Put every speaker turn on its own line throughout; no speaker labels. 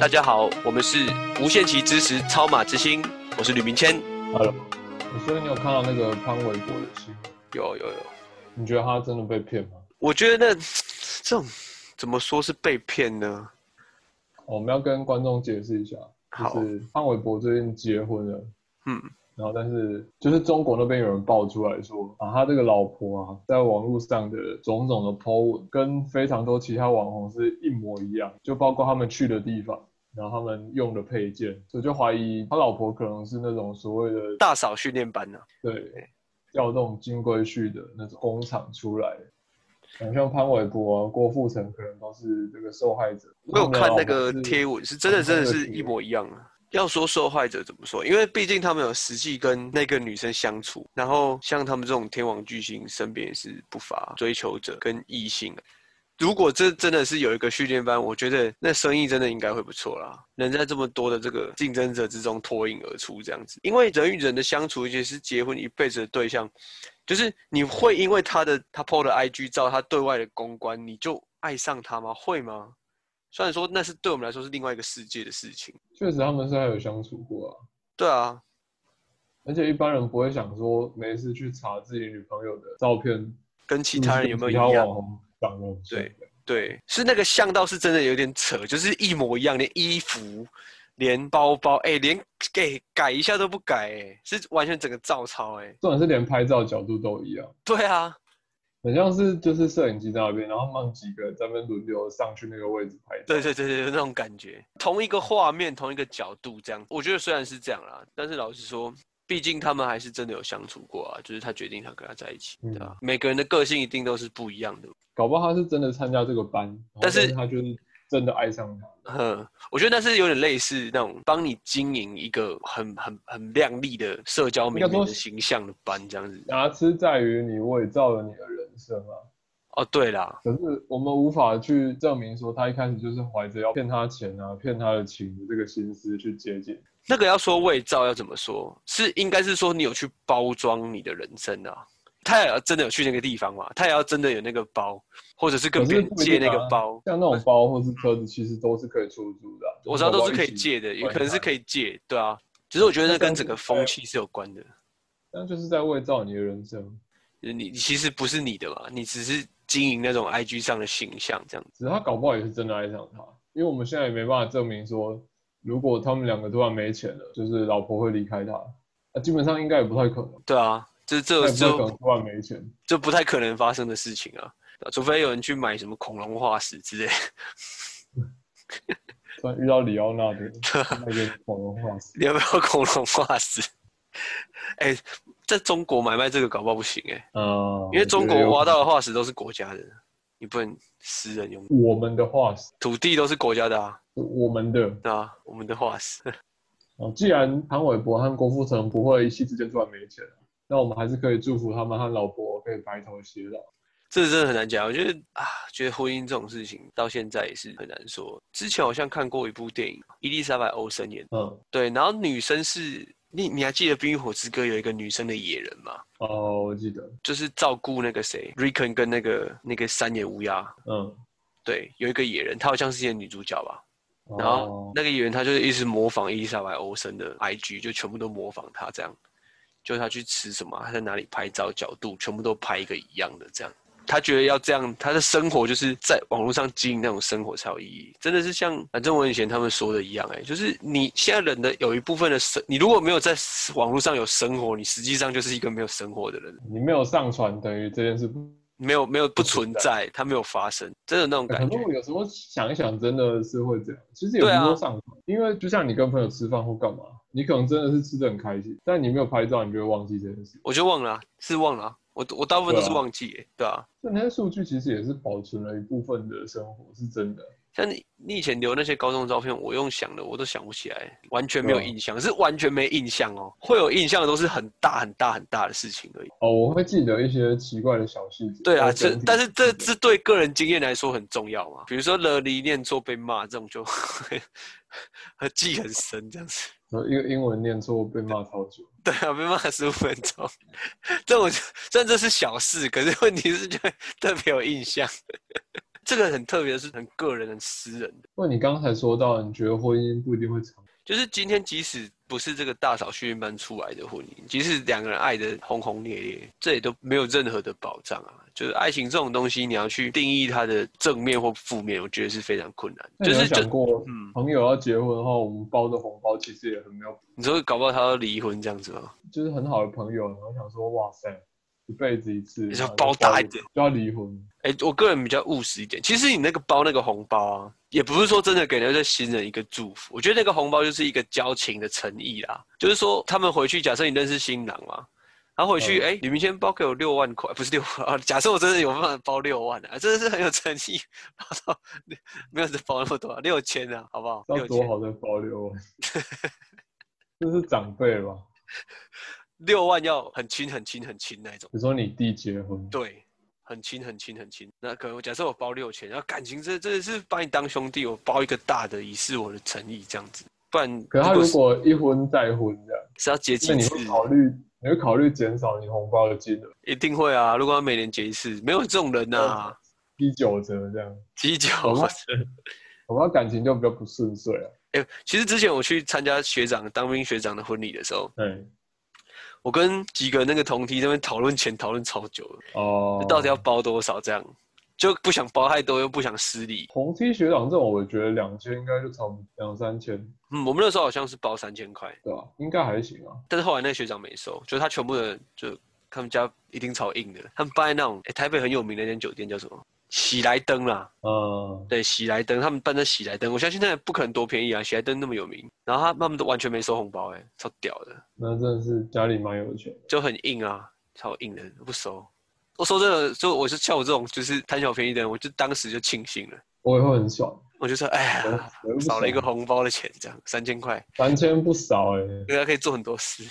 大家好，我们是无限期支持超马之星，我是吕明谦。
Hello，我说你有看到那个潘玮柏的新闻，
有有有，
你觉得他真的被骗吗？
我觉得那这种怎么说是被骗呢？
哦我们要跟观众解释一下，
好
就是潘玮柏最近结婚了，
嗯，
然后但是就是中国那边有人爆出来说啊，他这个老婆啊，在网络上的种种的 po 文，跟非常多其他网红是一模一样，就包括他们去的地方，然后他们用的配件，所以就怀疑他老婆可能是那种所谓的
大嫂训练班呢、
对，调动金龟婿的那种工厂出来。嗯像潘玮柏、啊、郭富城可能都是这个受害者。
哦我有看那
他
个
们的老婆是
贴文，是真的
他
真
们
的
的
是
贴
一模一样啊。要说受害者怎么说？因为毕竟他们有实际跟那个女生相处，然后像他们这种天王巨星身边也是不乏追求者跟异性的。如果这真的是有一个训练班，我觉得那生意真的应该会不错啦，能在这么多的这个竞争者之中脱颖而出这样子。因为人与人的相处，尤其是结婚一辈子的对象，就是你会因为他的他 PO 的 IG 照，他对外的公关，你就爱上他吗？会吗？虽然说那是对我们来说是另外一个世界的事情，
确实他们是还有相处过啊，
对啊，
而且一般人不会想说没事去查自己女朋友的照片，
跟其他人有没
是
有
不是
一
其他
样？
网红长得很像
对对，是那个巷道是真的有点扯，就是一模一样，连衣服、连包包，哎、连给、改一下都不改、哎，是完全整个照抄、哎，
重点是连拍照角度都一样，
对啊，
很像是就是摄影机在那边，然后他们几个人在那边轮流上去那个位置拍照。
对对对对，那种感觉，同一个画面，同一个角度，这样，我觉得虽然是这样啦，但是老实说，毕竟他们还是真的有相处过啊，就是他决定他跟他在一起，
嗯
对吧、每个人的个性一定都是不一样的，
搞不好他是真的参加这个班，然后
但是
他就是真的爱上他。
嗯，我觉得那是有点类似那种帮你经营一个很很很亮丽的社交名
应该
人
说
的形象的班这样子。
瑕疵在于你伪造了你的人生啊。
哦，对啦，
可是我们无法去证明说他一开始就是怀着要骗他钱啊、骗他的情的这个心思去接近。
那个要说伪造要怎么说？是应该是说你有去包装你的人生啊。他也要真的有去那个地方嘛？他也要真的有那个包，或者是跟
可
别
是
人
不一
借
定啊
那个包。
像那种包或是车子，其实都是可以出租的啊、
我知道
就
都
搞
是
不好
可
一
以
起
借的，也
玩
可能是
它
可以借，对啊。只是我觉得那
那
跟
但
整
是
个
在
风气是有关的。
但就是在伪造你的人生。
你你其实不是你的嘛，你只是经营那种 IG 上的形象这样子。
只是他搞不好也是真的爱上他，因为我们现在也没办法证明说，如果他们两个突然没钱了，就是老婆会离开他。啊，基本上应该也不太可能，
对啊，这这
也不太
这
可能突然没钱。
这不太可能发生的事情啊，啊除非有人去买什么恐龙化石之类的，
突然遇到里 奥纳多
啊
那个恐龙化石，
你有没有恐龙化石？哎、在中国买卖这个搞不好不行哎、
嗯，
因为中
我觉得
国
有
挖到的化石都是国家的，你不能私人拥有，
我们的化石，
土地都是国家的啊，
我们的。
对啊，我们的化石，
哦，既然潘玮柏和郭富城不会一夕之间突然没钱，那我们还是可以祝福他们和老婆可以白头偕老。
这真的很难讲。我觉得啊，觉得婚姻这种事情到现在也是很难说。之前好像看过一部电影，伊丽莎白·欧森演的，
嗯，
对，然后女生是你你还记得《冰与火之歌》有一个女生的野人吗？
哦，我记得，
就是照顾那个谁，Rickon 跟那个那个山野乌鸦，
嗯，
对，有一个野人，她好像是演女主角吧。然后
哦，
那个演员他就是一直模仿伊丽莎白·欧森的 IG，就全部都模仿她这样，就是他去吃什么，他在哪里拍照角度，全部都拍一个一样的这样。他觉得要这样，他的生活就是在网络上经营那种生活才有意义。真的是像反正文以前他们说的一样、哎，就是你现在人的有一部分的生，你如果没有在网络上有生活，你实际上就是一个没有生活的人，
你没有上传，等于这件事不。
没有没有不
不存哎
存在，它没有发生，真的那种
可
感
是
觉。
我有时候想一想，真的是会这样。其实也不
对
是
啊
说上传，因为就像你跟朋友吃饭或干嘛，你可能真的是吃的很开心，但你没有拍照，你就会忘记这件事。
我就忘了啊、是忘了啊、我我大部分都是
对啊
忘记、哎对啊。
所以那些数据其实也是保存了一部分的生活，是真的。
像你你以前留那些高中照片，我用想的我都想不起来，完全没有
啊
印象，是完全没印象哦。会有印象的都是很大很大很大的事情而已。
哦，我会记得一些奇怪的小细节。
对啊，
或
这
整体
但是这这对个人经验来说很重要嘛。比如说了离念错被骂这种就 很记很深这样子。
然后一个英文念错被骂超久，
对 啊，被骂十五分钟， 这我就虽然这是小事，可是问题是就会特别有印象。这个很特别的是很个人、很私人的，
那你刚才说到，你觉得婚姻不一定会长，
就是今天即使不是这个大嫂训练班出来的婚姻，即使两个人爱的轰轰烈烈，这也都没有任何的保障啊。就是爱情这种东西，你要去定义它的正面或负面，我觉得是非常困难。
那
就
你有
是就
想过
嗯，
朋友要结婚的话，我们包的红包其实也很没有，
你说搞不好他要离婚这样子吗？
就是很好的朋友，然后想说哇塞，一辈子一次，
你说
然后
包大一
就
点
就要离婚，
哎、我个人比较务实一点。其实你那个包那个红包啊，也不是说真的给那个新人一个祝福，我觉得那个红包就是一个交情的诚意啦。就是说他们回去，假设你认识新郎嘛，他回去
嗯
哎、你们先包给我六万块，不是六万啊。假设我真的有办法包六万啊，真的是很有诚意，包到没有人包那么多、啊，六千啊，好不好？
要
六
多
千
好再包六万，啊 这是长辈吧？
六万要很亲很亲很亲那一种。
你说你弟结婚，
对，很亲很亲很亲。那可能假设我包六千，然后感情这真的是把你当兄弟，我包一个大的，以示我的诚意这样子。不然，
可是他如
是
果一婚再婚这样，
是要结
那
几
你
次
会，考虑，你会考虑减少你红包的金额，
一定会啊。如果他每年结一次，没有这种人呐、啊，
一九折这样，
鸡脚。
吗我们感情就比较不顺遂啊。
哎、其实之前我去参加学长当兵学长的婚礼的时候，
对，
我跟几个那个同梯在那边讨论钱，讨论超久了，
哦，
到底要包多少这样，就不想包太多，又不想失礼。
红 T 学长这种，我觉得两千应该就差不多两三千，
嗯，我们那时候好像是包三千块，
对吧、应该还行啊。
但是后来那个学长没收，就是他全部的就他们家一定超硬的，他们办在那种、诶台北很有名的一间酒店叫什么喜来登啦，
嗯，
对喜来登，他们办在喜来登，我相信那也不可能多便宜啊，喜来登那么有名，然后他他们都完全没收红包、诶超屌的，
那真的是家里蛮有钱的。
就很硬啊，超硬的不收。我说真的，就我是像我这种就是贪小便宜的人，我就当时就庆幸了，
我也会很爽，
我就说哎
我
呀，
我又不
少了一个
爽
红包的钱，这样三千块，
三千不少哎、
对啊，可以做很多事，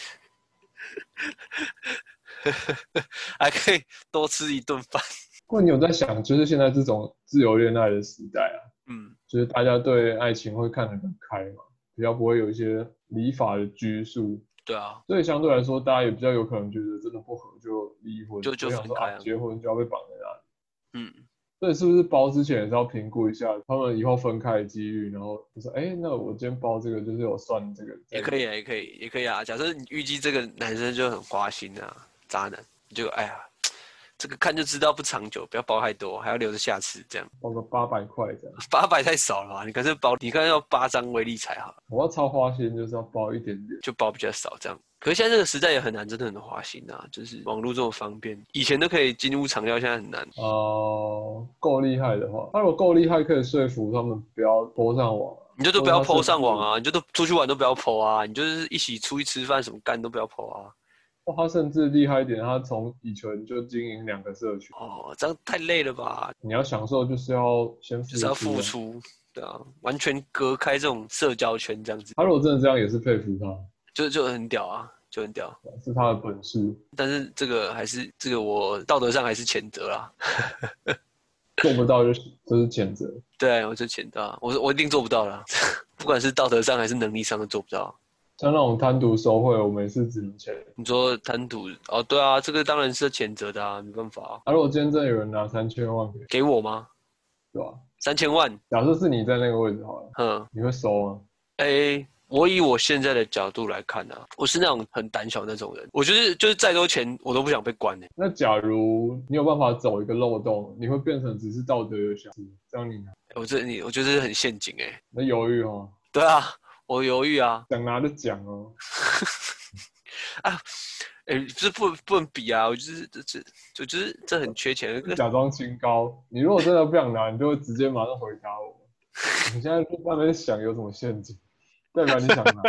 还可以多吃一顿饭。
不过你有在想，就是现在这种自由恋爱的时代啊，
嗯，
就是大家对爱情会看得很开嘛，比较不会有一些礼法的拘束，
对啊，
所以相对来说，大家也比较有可能觉得真的不合就离婚，
就就
不想说
分开
啊
啊
结婚就要被绑在那里。
嗯，
所以是不是包之前也是要评估一下他们以后分开的几率，然后就说，哎、那我今天包这个就是有算这个，
也可以啊，也可以，也可以啊。假设你预计这个男生就很花心啊，渣男，你就哎呀，这个看就知道不长久，不要包太多，还要留着下次这样。
包个八百块这样。
八百太少了吧？你干脆包，你干脆要八张威力彩好了，
我要超花心就是要包一点点，
就包比较少这样。可是现在这个时代也很难，真的很花心啊，就是网络这么方便，以前都可以金屋藏娇，现在很难。
哦、够厉害的话，他如果够厉害，可以说服他们不要拖上网啊，
你就都不要
或者
PO
他甚
上
至
网，啊，你就都出去玩都不要 PO 啊，你就是一起出去吃饭什么干都不要 PO 啊。
哇他甚至厉害一点，他从以前就经营两个社群，
哦，这样太累了吧？
你要享受就是要先
就
付出
是
啊、
要付出，对啊，完全隔开这种社交圈，这样子
他如果真的这样，也是佩服他，
就就很屌啊，就很屌。
是他的本事。
但是这个还是这个我道德上还是谴责啦，
做不到就是就是谴责。
对我就谴责啊，我说我一定做不到啦， 不管是道德上还是能力上都做不到。
像那种贪图收贿，我们也是只能谴责。
你说贪图哦，对啊，这个当然是要谴责的啊，没办法啊。
啊，如果今天真的有人拿三千万给你，
给我吗？
对吧？
三千万，
假设是你在那个位置好了，
哼。
你会收吗？
诶，我以我现在的角度来看啊，我是那种很胆小的那种人，我就是就是再多钱我都不想被关、欸、
那假如你有办法走一个漏洞，你会变成只是道德有瑕疵，这样你拿
我这你我就是很陷阱诶、欸
那犹豫哦，
对啊，我犹豫啊，
想拿就讲哦。
诶，这不不能比啊，我就是这这我就是这很缺钱，
假装清高。你如果真的不想拿，你就会直接马上回答我。你现在在那边想有什么陷阱，代表你想拿。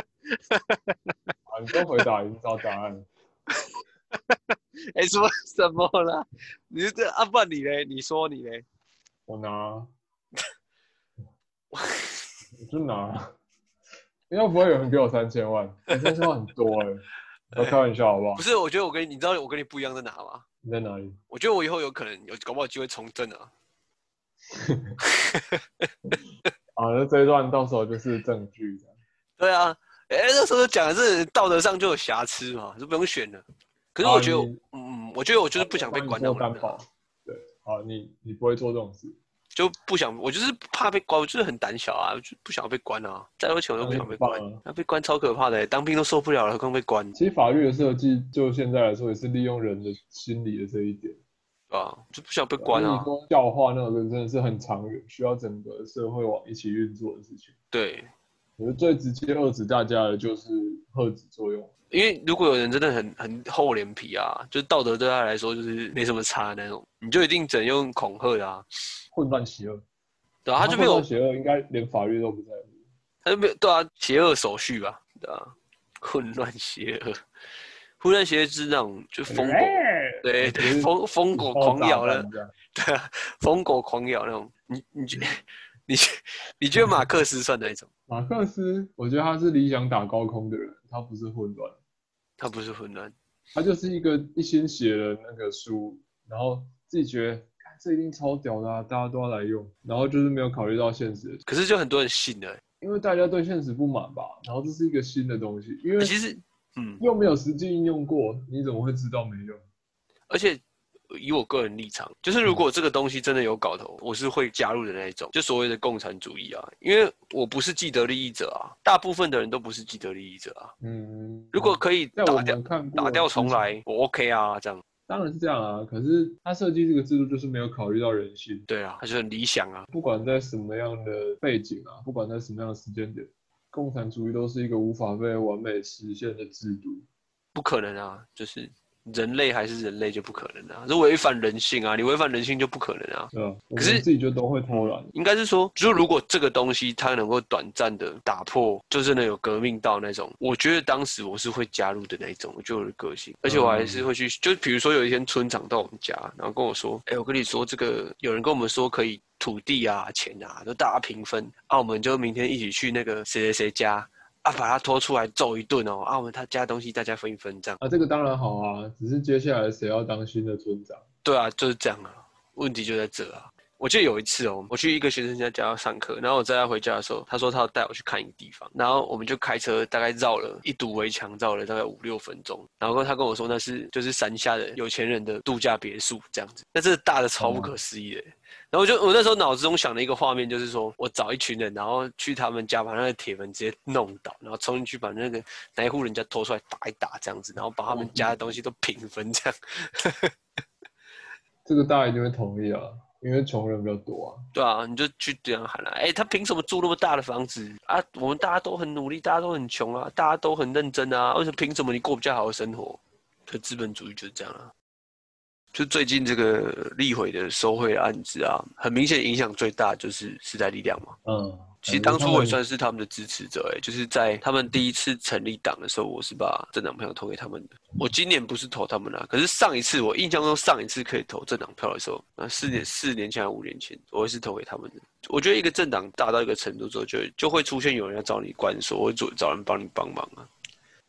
啊，你不用回答，已经知道答案了。
诶，什么什么啦？你就这啊，不然你嘞？你说你嘞？
我拿，啊 我就拿，啊应该不会有人给我三千万，你三千万很多 哎、不要开玩笑好不好
不？是，我觉得我跟你，你知道我跟你不一样在哪吗？
你在哪里？
我觉得我以后有可能有搞不好有机会从政啊，
啊，那这一段到时候就是证据了。
对啊，哎、那时候讲的是道德上就有瑕疵嘛，就不用选了。可是
啊
我觉得我，
你
嗯，我觉得我就是不想被管
到
到
担保。对，啊，你你不会做这种事，
就不想，我就是怕被关，我就是很胆小啊，我就不想被关啊，再多钱我都不想被关
那你很棒啊，
那被关超可怕的、欸当兵都受不了了，更被关，
其实法律的设计，就现在来说，也是利用人的心理的这一点。
对吧？就不想被关
所以
啊
你，说教化那个真的是很长远，需要整个社会往一起运作的事情。
对。
我觉得最直接遏制大家的就是核子作用。
因为如果有人真的很很厚脸皮啊，就是道德对他来说就是没什么差那种，你就一定整用恐吓的啊，
混乱邪恶，
对啊，他就没
混
有
乱邪恶，应该连法律都不在乎。
他就没有对啊，邪恶手续吧，对啊，混乱邪恶，混乱邪恶是那种就疯狗，
哎
对对，疯疯狗狂咬了，
这样
对啊，疯狗狂咬那种，你你觉 你觉你觉得马克思算哪一种？
马克思，我觉得他是理想打高空的人，他不是混乱，
他不是混乱，
他就是一个一心写了那个书，然后自己觉得干这一定超屌的、啊，大家都要来用，然后就是没有考虑到现实，
可是就很多人信了、
因为大家对现实不满吧，然后这是一个新的东西，因为
其实嗯，
又没有实际应用过，你怎么会知道没用？
而且以我个人立场，就是如果这个东西真的有搞头，我是会加入的那一种，就所谓的共产主义啊，因为我不是既得利益者啊，大部分的人都不是既得利益者啊。
嗯，
如果可以
在
打
我
掉
们看过
打掉
的
重
事情，
来，我 OK 啊，这样
当然是这样啊，可是他设计这个制度就是没有考虑到人性。
对啊，还是很理想啊。
不管在什么样的背景啊，不管在什么样的时间点，共产主义都是一个无法被完美实现的制度。
不可能啊，就是人类还是人类就不可能啊，这违反人性啊，你违反人性就不可能啊。
对吧？我
可是
们自己就都会偷懒。
应该是说，就是如果这个东西它能够短暂的打破，就真的有革命到那种，我觉得当时我是会加入的那一种，我就有个性，而且我还是会去，就比如说有一天村长到我们家，然后跟我说，哎、我跟你说这个，有人跟我们说可以土地啊、钱啊都大家平分，啊，我们就明天一起去那个谁谁谁家啊，把他拖出来揍一顿哦，啊，我们他家的东西大家分一分这样。
啊，这个当然好啊，只是接下来谁要当新的村长？
对啊，就是这样啊，问题就在这啊。我记得有一次哦，我去一个学生家家上课，然后我载他回家的时候，他说他要带我去看一个地方，然后我们就开车大概绕了一堵围墙，绕了大概五六分钟，然后他跟我说那是就是山下的有钱人的度假别墅这样子，那真的大的超不可思议的。欸然后我就我那时候脑子中想的一个画面就是说，我找一群人，然后去他们家把那个铁门直接弄倒，然后冲进去把那个哪一户人家拖出来打一打这样子，然后把他们家的东西都平分这样。
这个大家一定会同意啊，因为穷人比较多啊。
对啊，你就去这样喊了、哎、他凭什么住那么大的房子啊？我们大家都很努力，大家都很穷啊，大家都很认真啊，为什么凭什么你过比较好的生活？可资本主义就是这样啊。就最近这个立委的收贿案子啊，很明显影响最大就是时代力量嘛。
嗯，
其实当初我也算是他们的支持者、哎，就是在他们第一次成立党的时候，我是把政党票投给他们的。我今年不是投他们啦、可是上一次我印象中上一次可以投政党票的时候，那四年四年前还五年前，我也是投给他们的。我觉得一个政党大到一个程度之后就，就会出现有人要找你关说，或者找找人帮你帮忙啊。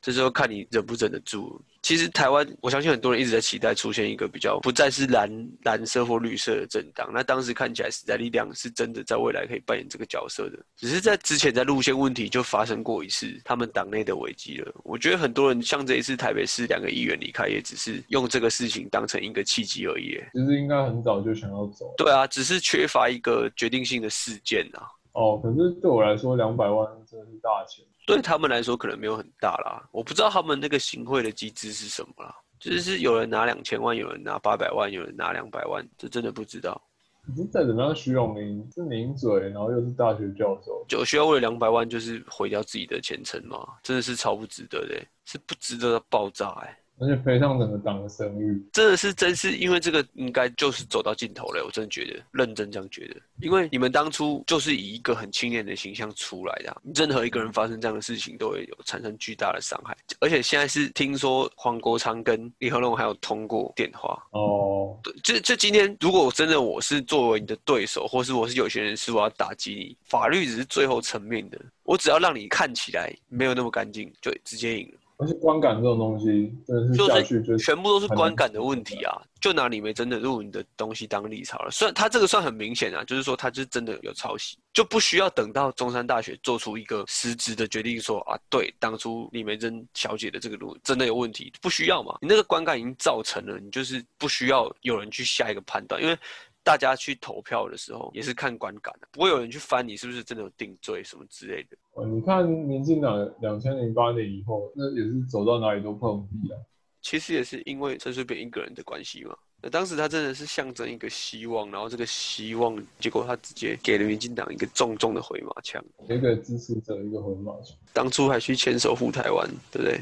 这时候看你忍不忍得住。其实台湾，我相信很多人一直在期待出现一个比较不再是蓝蓝色或绿色的政党。那当时看起来，时代力量是真的在未来可以扮演这个角色的。只是在之前在路线问题就发生过一次他们党内的危机了。我觉得很多人像这一次台北市两个议员离开，也只是用这个事情当成一个契机而已耶。
其实应该很早就想要走
对啊，只是缺乏一个决定性的事件啊。
哦，可是对我来说，两百万真的是大钱。
对他们来说可能没有很大啦。我不知道他们那个行贿的机制是什么啦，就是有人拿两千万，有人拿八百万，有人拿两百万，这真的不知道。
可是再怎么样，徐永明是名嘴，然后又是大学教授，
就需要为了两百万就是毁掉自己的前程吗？真的是超不值得的欸、是不值得到爆炸哎、
而且赔上整个党的声誉。
真的是真是因为这个应该就是走到尽头了，我真的觉得认真这样觉得，因为你们当初就是以一个很清廉的形象出来的啊、任何一个人发生这样的事情都会有产生巨大的伤害，而且现在是听说黄国昌跟李和龙还有通过电话，
哦，
对这这今天如果我真的我是作为你的对手，或是我是有些人是我要打击你，法律只是最后层面的，我只要让你看起来没有那么干净，就直接赢了。
而且观感这种东西，真的是
就
下去
是
就是
全部都是观感的问题啊！就拿李梅真的录你的东西当立场了，虽然他这个算很明显啊，就是说他就是真的有抄袭，就不需要等到中山大学做出一个实质的决定说啊，对，当初李梅珍小姐的这个录真的有问题，不需要嘛？你那个观感已经造成了，你就是不需要有人去下一个判断，因为大家去投票的时候也是看观感的，不会有人去翻你是不是真的有定罪什么之类的。
呃你看民进党两千零八年以后，那也是走到哪里都碰壁啊。
其实也是因为陈水扁一个人的关系嘛。那当时他真的是象征一个希望，然后这个希望，结果他直接给了民进党一个重重的回马枪。
一个支持者，一个回马枪。
当初还去牵手护台湾，对不对？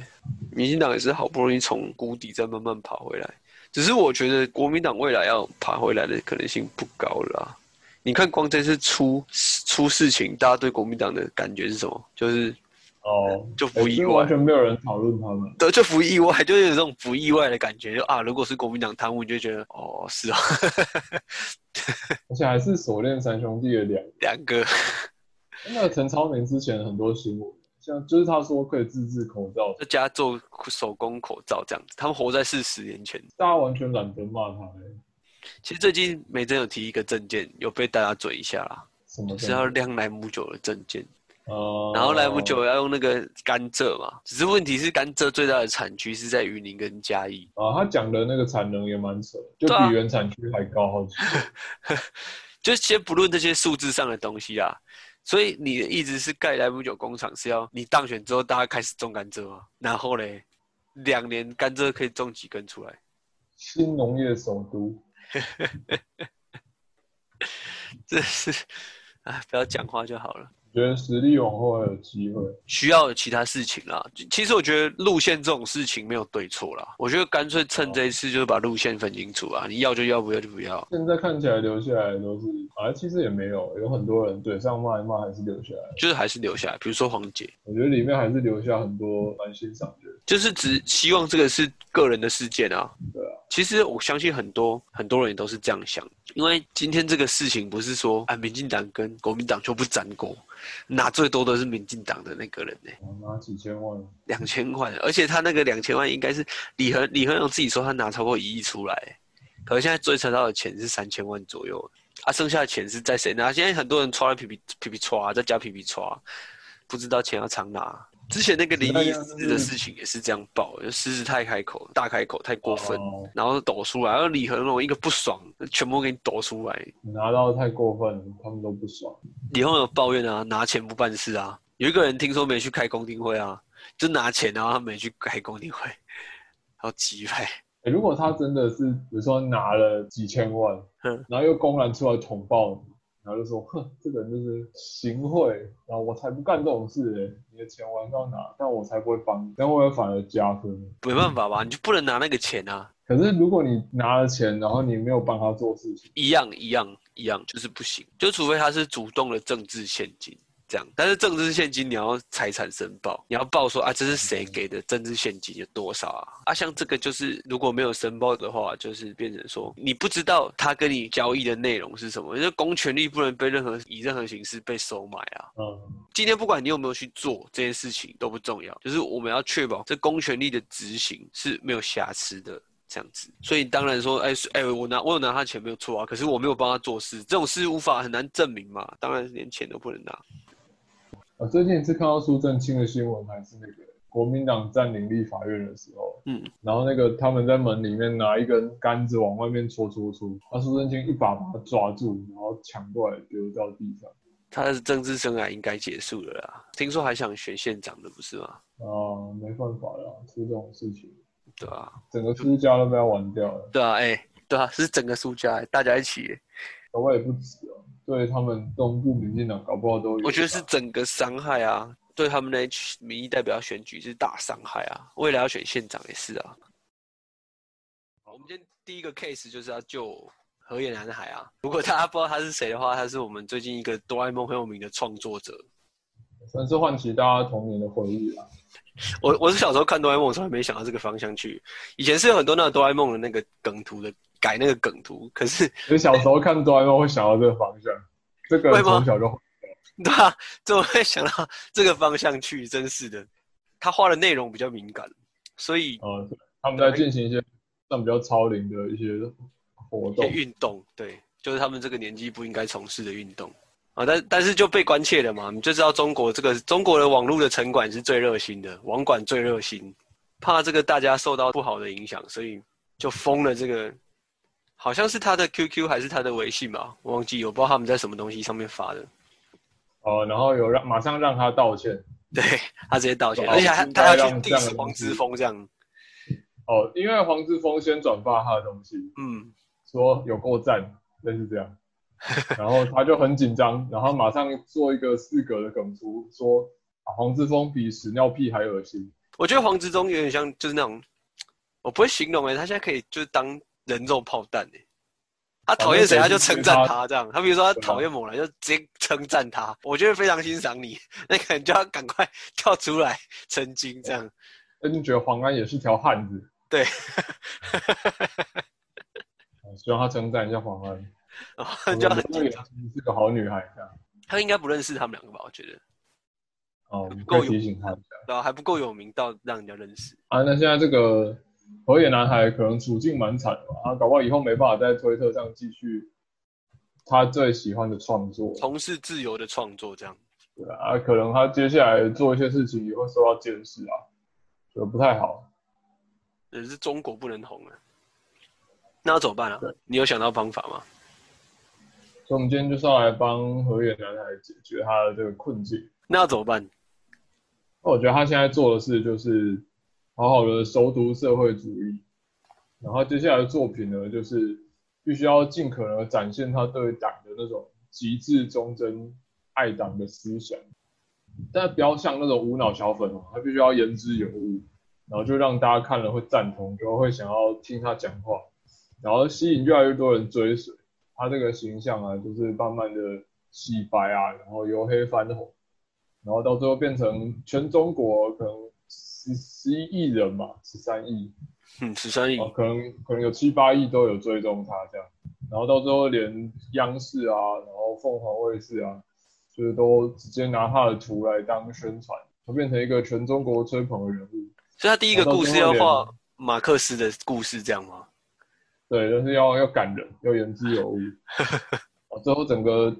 民进党也是好不容易从谷底再慢慢爬回来，只是我觉得国民党未来要爬回来的可能性不高了啊。你看，光这次出出事情，大家对国民党的感觉是什么？就是
哦，
就
哎
不意
所以
外
完，全没有人讨论他们。
对，就不意外， 就有这种不意外的感觉。就啊，如果是国民党贪污，你就觉得哦，是啊，
而且还是锁链三兄弟的两个。
两个
那个陈超明之前很多新闻，像就是他说可以自制口罩，
在家做手工口罩这样子，他们活在四十年前。
大家完全懒得骂他、欸。
其实最近美珍有提一个证件，有被大家嘴一下啦，
什么
是要亮莱姆酒的证件。
呃，
然后莱姆酒要用那个甘蔗嘛，只是问题是甘蔗最大的产区是在云林跟嘉义，
啊，他讲的那个产能也蛮扯，就
对啊
比原产区还高好几倍。
就先不论这些数字上的东西啦。所以你的意思是盖莱姆酒工厂是要你当选之后大家开始种甘蔗吗？然后嘞，两年甘蔗可以种几根出来？
新农业首都，
这是，哎，不要讲话就好了。
觉得实力往后还有机会。
需要有其他事情啦。其其实我觉得路线这种事情没有对错啦，我觉得干脆趁这一次就是把路线分清楚啊，你要就要，不要就不要。
现在看起来留下来的都是啊，其实也没有，有很多人嘴上骂一骂还是留下来。
就是还是留下来，比如说黄杰，
我觉得里面还是留下很多蛮欣赏的人。
就是只希望这个是个人的事件啊。
对啊，
其实我相信很多很多人也都是这样想，因为今天这个事情不是说啊，民进党跟国民党就不沾锅，拿最多的是民进党的那个人欸呢、
我拿几千万，
两千万，而且他那个两千万应该是李恒李恒勇自己说他拿超过一亿出来，可是现在追查到的钱是三千万左右，啊，剩下的钱是在谁拿？现在很多人刷了皮皮皮皮刷，在加皮皮刷，不知道钱要藏哪。之前那个灵异事的事情也是这样爆，就狮子太开口，大开口太过分，
哦
然后抖出来，然后李恒勇一个不爽，全部给你抖出来。
你拿到太过分了，他们都不爽。
李恒勇抱怨啊，拿钱不办事啊。有一个人听说没去开公听会啊，就拿钱然后他没去开公听会，好鸡掰。
欸如果他真的是，比如说拿了几千万，
嗯
然后又公然出来捅爆你，然后就说，哼，这个人就是行贿，然后我才不干这种事、欸，你的钱我还是要拿，但我才不会帮你，但我也反而加分。
没办法吧，你就不能拿那个钱啊，
可是如果你拿了钱，然后你没有帮他做事情，
一样一样一样，就是不行。就除非他是主动的政治现金这样，但是政治现金你要财产申报，你要报说啊这是谁给的政治现金有多少啊？啊像这个就是如果没有申报的话，就是变成说你不知道他跟你交易的内容是什么，因为公权力不能被任何以任何形式被收买啊。
嗯，
今天不管你有没有去做这件事情都不重要，就是我们要确保这公权力的执行是没有瑕疵的。这样子，所以当然说，哎、是哎、我拿我有拿他钱没有错啊，可是我没有帮他做事，这种事无法很难证明嘛，当然是连钱都不能拿。
我呃最近一次看到苏正清的新闻，还是那个国民党占领立法院的时候，
嗯，
然后那个他们在门里面拿一根杆子往外面戳戳戳，啊，苏正清一把把他抓住，然后抢过来丢到地上。
他的政治生涯应该结束了啦，听说还想选县长的不是吗？
啊，没办法啦，出这种事情，
对啊，
整个输家都被他玩掉了，
对啊，哎、对啊，是整个输家、大家一起耶、
搞不好也不止哦。对他们东部民进党，搞不好都有。
我觉得是整个伤害啊，对他们那一群民意代表选举是大伤害啊，未来要选县长也是啊。好我们今天第一个 case 就是要救河野男孩啊。如果大家不知道他是谁的话，他是我们最近一个哆啦 A 梦很有名的创作者。
算是唤起大家童年的回忆啦。
我我是小时候看哆啦 A 梦，从来没想到这个方向去。以前是有很多那个哆啦 A 梦的那个梗图的改那个梗图，可是
其实小时候看哆啦 A 梦会想到这个方向，这个
会
人
吗
从小就
对啊，怎么会想到这个方向去？真是的，他画的内容比较敏感，所以
呃，他们在进行一些像比较超龄的一些活
一些
动。
运动，对，就是他们这个年纪不应该从事的运动啊。但但是就被关切了嘛，你就知道中国这个中国的网络的城管是最热心的，网管最热心，怕这个大家受到不好的影响，所以就封了这个好像是他的 QQ 还是他的微信吧，我忘记，我不知道他们在什么东西上面发的。
哦，然后有让马上让他道歉。
对他直接道歉，
哦
而且还
应
他
该
要去
让这样的
diss 黄之锋这样，
哦，因为黄志峰先转发他的东西，
嗯，
说有够赞，类似 这样。然后他就很紧张，然后马上做一个四格的梗图，说、啊、黄志峰比屎尿屁还恶心。
我觉得黄之中有点像就是那种，我不会形容诶、欸他现在可以就是当人肉炮弹诶、他讨厌谁
反
他就
正
称
谁
赞
是啊
他这样，他比如说他
对啊
讨厌某人就直接称赞他，我觉得非常欣赏你，那个人就要赶快跳出来澄清这样，
但是觉得黄安也是条汉子，
对，
啊希望他称赞一下黄安，
然
啊
后就要很
那个
紧
也
张。
是个好女孩，这样
他应该不认识他们两个吧？我觉得，
哦，我们
够
可以
有
提醒他一下。
然后还不够有名到让人家认识。
啊，那现在这个河野男孩可能处境蛮惨的吧，啊，搞不好以后没办法在推特上继续他最喜欢的创作，
从事自由的创作这样。
对啊，啊可能他接下来做一些事情也会受到监视啊，所以不太好。
只是中国不能红了，那要怎么办啊
对？
你有想到方法吗？
所以我们今天就是要来帮河野男孩解决他的这个困境。
那要怎么办？
那我觉得他现在做的事就是好好的熟读社会主义，然后接下来的作品呢，就是必须要尽可能地展现他对党的那种极致忠贞、爱党的思想，但不要像那种无脑小粉哦，他必须要言之有物，然后就让大家看了会赞同，之后会想要听他讲话，然后吸引越来越多人追随他这个形象啊，就是慢慢的洗白啊，然后由黑翻红。然后到最后变成全中国可能十十一亿人吧，十三亿，
嗯，十三亿
然，后可能可能有七八亿都有追踪他这样，然后到最后连央视啊，然后凤凰卫视啊，就是都直接拿他的图来当宣传，他变成一个全中国吹捧的人物。
所以他第一个故事要
然后
画马克思的故事，这样吗？
对，就是要要感人，要言之有物。啊，最后整个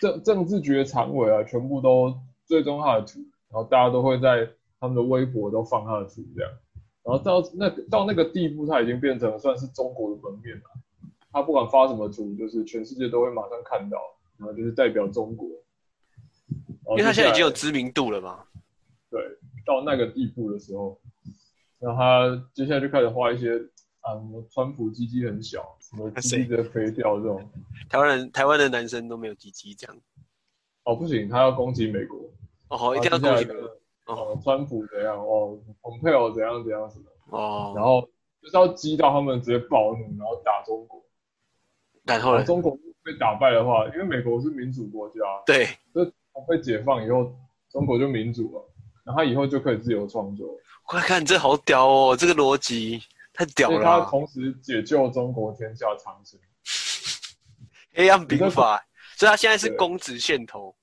政政治局的常委啊，全部都追踪他的图，然后大家都会在他们的微博都放他的图这样。然后到那个到那个地步，他已经变成算是中国的门面了。他不管发什么图，就是全世界都会马上看到，然后就是代表中国。
因
因
为他现在已经有知名度了嘛。
对，到那个地步的时候，那他接下来就开始画一些啊，什么川普鸡鸡很小，什么鸡鸡的飞掉这种。
台湾人，台湾的男生都没有鸡鸡这样。
哦，不行，他要攻击美国，
哦，一定要
然
恭
后
喜
接下来的
哦
哦，川普怎样，哦，蓬佩奥怎样怎样什么，然
哦。
后就是要激到他们直接暴怒，然后打中国。
然后呢？
中国被打败的话，因为美国是民主国家，
对，
被解放以后，中国就民主了，然后他以后就可以自由创作。
快看，这好屌哦！这个逻辑太屌
所以
了
他
啊。
同时解救中国天下苍生。
黑暗兵法，所以他现在是
对
公职线头，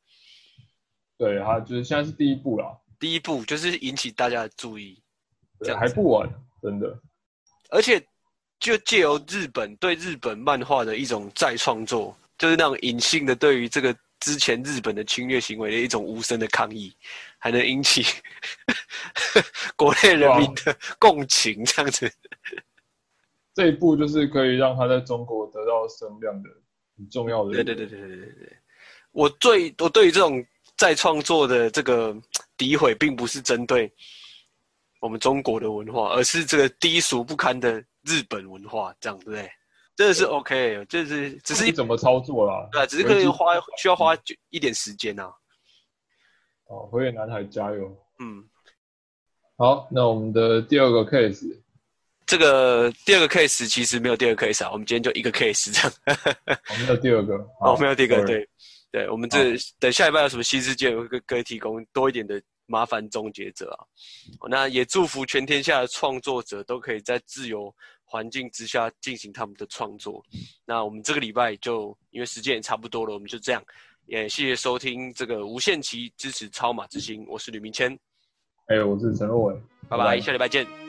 对，他就是现在是第一步啦，
第一步就是引起大家的注意。这
对，
样
还
子
不晚，真的。
而且就借由日本对日本漫画的一种再创作，就是那种隐性的对于这个之前日本的侵略行为的一种无声的抗议，还能引起 国内人民的共情，这样子。
这一步就是可以让他在中国得到声量的很重要的。
对对对，对对对对，我最我对于这种再创作的这个诋毁，并不是针对我们中国的文化，而是这个低俗不堪的日本文化，这样对不对？真的是 OK，就是只是一
你怎么操作啦？
对啊，只是
危
可
机
能花需要花就一点时间啊。
哦，河野男孩加油！
嗯，
好，那我们的第二个 case，
这个第二个 case 其实没有第二个 case 啊，我们今天就一个 case 这样。
我们的第二个，
哦，
好
没有第二个，
sorry
对，对，我们这等下一半有什么新世界，我会给各位提供多一点的麻烦终结者啊。哦那也祝福全天下的创作者都可以在自由环境之下进行他们的创作。那我们这个礼拜就因为时间也差不多了，我们就这样。也谢谢收听这个无限期支持超马之星，我是吕明谦，
哎、我是陈若伟，
拜拜，下礼拜见。